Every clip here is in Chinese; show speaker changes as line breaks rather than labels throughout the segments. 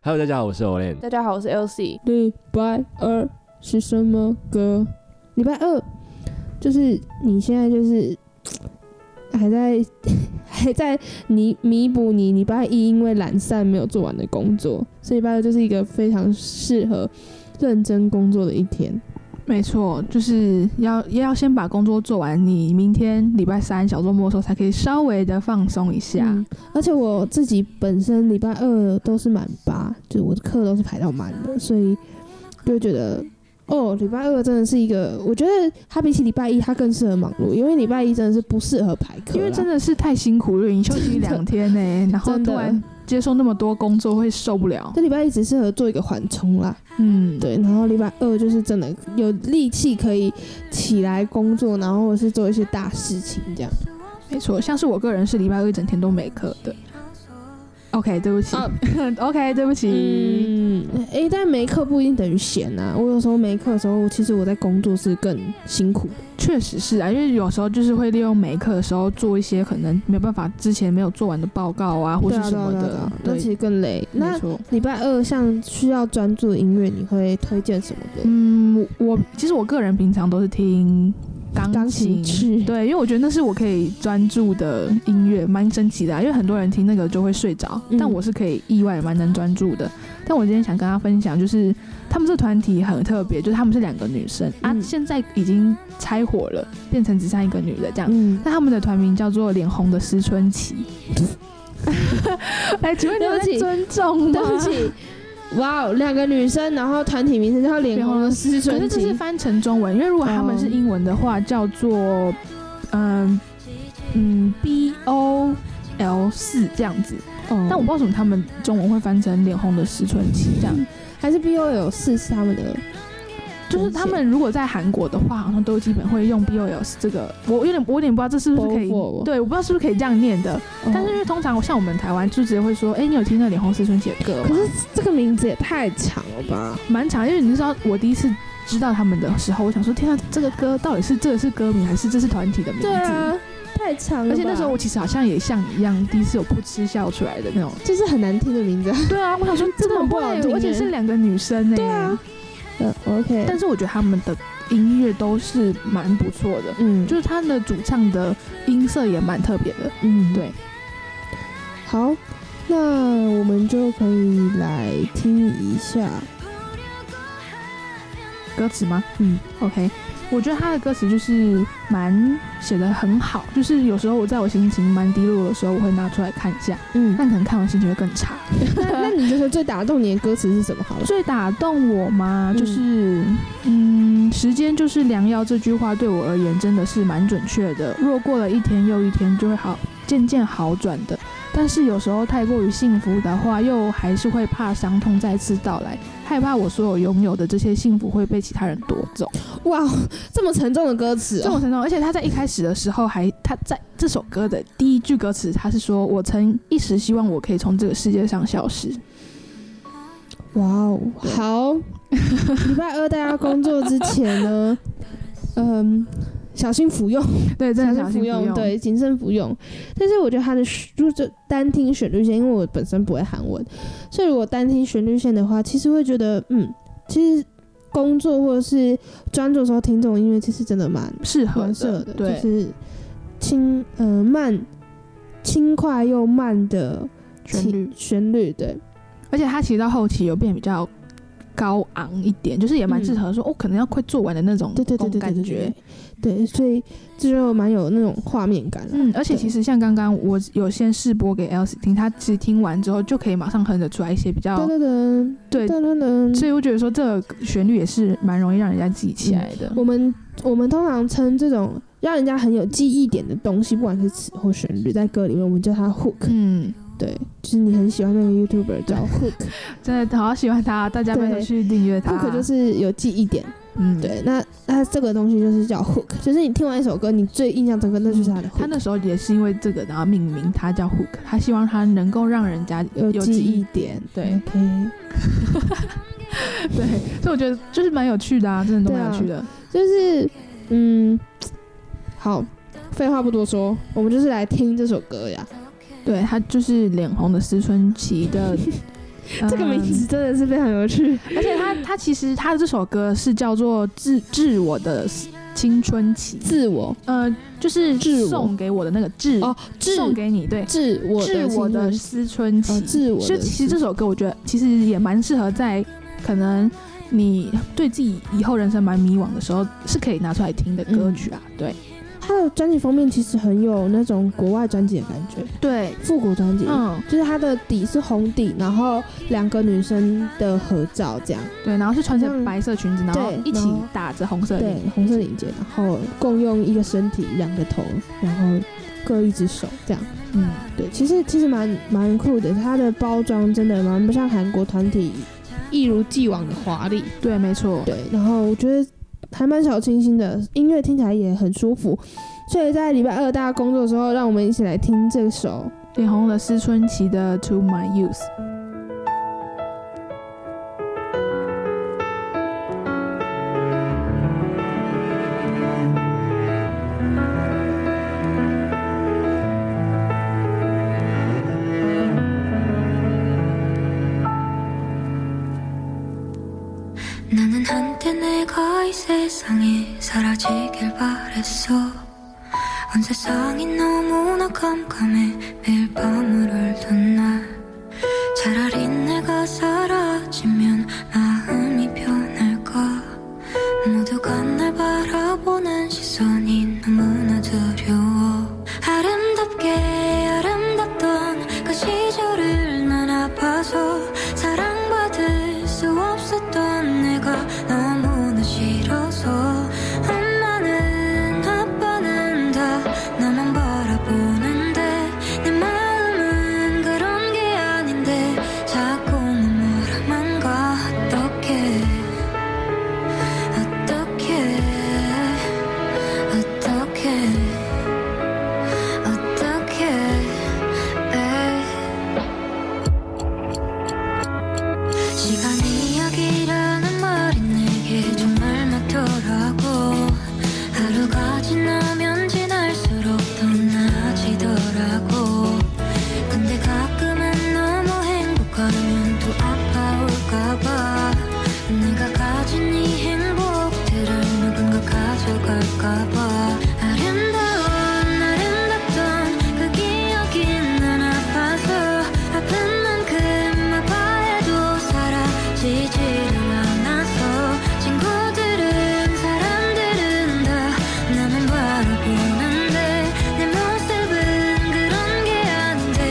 Hello，大家好，我是 Olen。
哦大家好，我是 LC。
礼拜二是什么歌？礼拜二就是你现在就是还在 还在弥弥补你礼拜一因为懒散没有做完的工作，所以礼拜二就是一个非常适合认真工作的一天。
没错，就是要要先把工作做完，你明天礼拜三小周末的时候才可以稍微的放松一下。
嗯而且我自己本身礼拜二都是满八，就我的课都是排到满
嗯
的，所以就会觉得哦，礼拜二真的是一个，我觉得它比起礼拜一，它更适合忙碌，因为礼拜一真的是不适合排课啦，
因为真的是太辛苦了，你休息两天呢、然 后
真
突
的
然。接受那么多工作会受不了。
这礼拜一只适合做一个缓冲啦，
嗯，
对，然后礼拜二就是真的有力气可以起来工作，然后或者是做一些大事情这样。
没错，像是我个人是礼拜二一整天都没课的。OK，对不起、
啊
o k 对不起。
嗯，诶、但没课不一定等于闲啊，我有时候没课的时候，其实我在工作是更辛苦的。
确实是啊，因为有时候就是会利用没课的时候做一些可能没有办法之前没有做完的报告啊，或
对
是
啊
什
对啊
么
对啊对
的
啊。那其实更累。那
没错。
礼拜二像需要专注的音乐，你会推荐什么歌？
嗯，我其实我个人平常都是听
钢
钢
琴
琴。
曲。
对，因为我觉得那是我可以专注的音乐，蛮神奇的啊、因为很多人听那个就会睡着，
嗯
但我是可以意外蛮能专注的。但我今天想跟大家分享，就是他们这团体很特别，就是他们是两个女生、
嗯
啊，现在已经拆伙了，变成只剩一个女的这 样。
嗯，
那他们的团名叫做脸红的思 春期。 哎，请问你有
对不
在
起
尊重吗
对？不起。哇哦，两个女生，然后团体名称叫脸红的思
可
春
是这
期
是。翻成中文，因为如果他们
哦
是英文的话，叫做嗯嗯 B O L 四这样子。
哦
但我不知道为什么他们中文会翻成脸红的思春期这样。
哦还是 B O 有四是他们的，
就是他们如果在韩国的话，好像都基本会用 B O L 这个，我有点我有点不知道这是不是可以
Beaufort
对，我不知道是不是可以这样念的。但是因
哦
为通常像我们台湾就直接会说，哎、你有听到脸红思春期的歌吗？
可是这个名字也太长了吧？
蛮长，因为你知道我第一次知道他们的时候，我想说，天啊，这个歌到底是这个是歌名还是这是团体的名字？
对啊，太长了吧。
而且那时候我其实好像也像你一样，第一次有噗嗤笑出来的那种。
就是很难听的 名字。
对啊，我想说
这
这
个
么
很不好听
会，而且
欸
是两个女生呢、
对啊，嗯，OK。
但是我觉得他们的音乐都是蛮不错的，
嗯
就是他的主唱的音色也蛮特别的。
嗯
对。
好，那我们就可以来听一下。
歌词吗？
嗯
，OK。我觉得他的歌词就是蛮写的很好，就是有时候我在我心情蛮低落的时候，我会拿出来看一下，
嗯，
但可能看完心情会更差。
那那你觉得最打动你的歌词是什么？好了，
最打动我嘛，就是嗯时间就是良药这句话对我而言真的是蛮准确的。若过了一天又一天，就会好渐渐好转的。但是有时候太过于幸福的话，又还是会怕伤痛再次到来，害怕我所有拥有的这些幸福会被其他人夺走。
哇，这么沉重的歌词
这
哦，
种沉重，而且他在一开始的时候还，他在这首歌的第一句歌词，他是说：“我曾一时希望我可以从这个世界上消失。
哇哦，好，礼拜二大家工作之前呢， 嗯，小心服用，”
对，真的小心
啊服
服用。
对，谨慎服用。但是我觉得它的旋就是单听旋律线，因为我本身不会韩文，所以如果单听旋律线的话，其实会觉得，嗯，其实工作或者是专注的时候听这种音乐，其实真的蛮
适合
蛮
的，
适合的，就
对，
是轻呃慢、轻快又慢的
旋
轻
律。
旋律，对，
而且他其实到后期有变比较高昂一点，就是也蛮适合说、哦，可能要快做完的那种
嗯对对对
那种
对对
感
对
觉
对。，对，所以这就蛮有那种画面感了。
嗯，而且
对
其实像刚刚我有先试播给 Elsie 听，他其实听完之后就可以马上哼得出来一些比较
噔噔噔
对
噔噔噔，
所以我觉得说这个旋律也是蛮容易让人家记起来的。
我们我们通常称这种让人家很有记忆点的东西，不管是词或旋律，在歌里面我们叫它 hook、
嗯，
对，就是你很喜欢那个 YouTuber 叫 hook，hook
真的好喜欢他，大家
对
拜托去订阅他。
就是有记忆点。
啊嗯，
对，那那这个东西就是叫 hook，就是你听完一首歌，你最印象深刻，那就是它的 hook。
嗯他那时候也是因为这个，然后命名他叫 Hook，他希望他能够让人家
有
记
记忆嗯
忆。
点，
对
OK，
对，所以我觉得就是蛮有趣的啊，真的都蛮有趣的。
就是嗯，好，废话不多说，我们就是来听这首歌呀。
对他就是脸红的思春期的 呃
这个名字真的是非常有趣。
嗯，而且他他其实他的这首歌是叫做《致致我的青春期》，
自我
呃，就是
致我
送给我的那个致，
哦，致
送给你，对，
致我
致
的
我的
青
思春期
春期，哦，致我
所以
的
其实这首歌，我觉得其实也蛮适合在可能你对自己以后人生蛮迷惘的时候，是可以拿出来听的歌曲啊。对
嗯他的专辑封面其实很有那种国外专辑的感觉，
对，
复古专辑。
嗯
就是它的底是红底，然后两个女生的合照这样，
对，然后是穿着
像
白色裙子，然后
嗯对
一
然
起
后
打着红色
对
领，
红色领结，然后共用一个身体、两个头，然后各一只手这样。
嗯，
对，其实其实蛮蛮酷的，它的包装真的蛮不像韩国团体一如既往的华丽。
对，没错，
对，然后我觉得还蛮小清新的，音乐听起来也很舒服。所以在礼拜二大家工作的时候，让我们一起来听这首。
脸红的思春期的《To My Youth》。
나는 한때 내가 이 세상에 사라지길 바랬어 온 세상이 너무나 깜깜해 매일 밤을 울던 날 차라리 내가 사라지면 마음이 변할까 모두가 날 바라보는 시선이 너무나 두려워 아름답게 아름답던 그 시절을 난 아파서 사랑받을 수 없었던 내가 너무나 싫어서 엄마는 아빠는 다 나만 바라보는데 내 마음은 그런 게 아닌데 자꾸 눈물만 가 어떡해 어떻게 어떻게 어떻게 시간 이야기라는 말이 내게 정말 맞더라고 하루가 지나면 지날수록 더 나아지더라고 근데 가끔은 너무 행복하면 또 아파올까봐 내가 가진 이 행복들을 누군가 가져갈까봐 아름다운 아름답던 그 기억이 난 아파서 아픈 만큼 아파해도 사라지지를 않아서 친구들은 사람들은 다 나만 바라보는데 내 모습은 그런 게 아닌데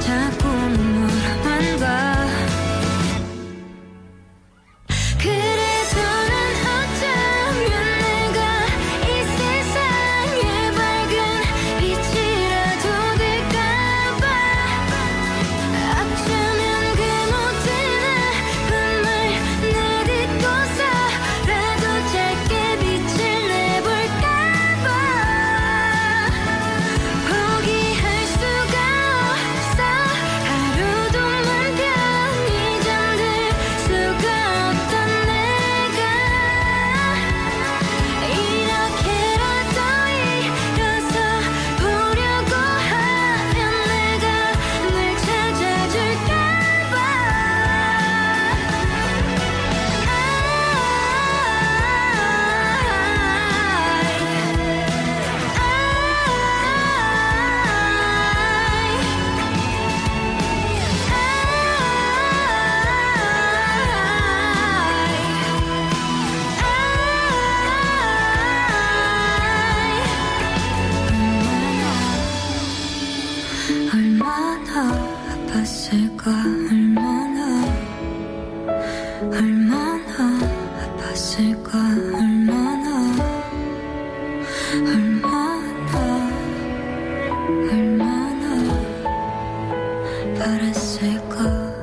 자꾸 눈물만 가 그래서 난 어쩌면 내가 이 세상의 밝은 빛이라도 될까봐 어쩌면 그 모든 아픔을 내딛고서라도 짧게 빛을 내볼까봐 포기할 수가 없어 하루도 만 편히 잠들 수가 없던 내가 이렇게라도 일어서 보려고 하면 내가 널 찾아줄까봐 I 얼마나 아팠을까 얼마나 얼마나 아팠을까 얼마나 얼마나 얼마나 바랬을까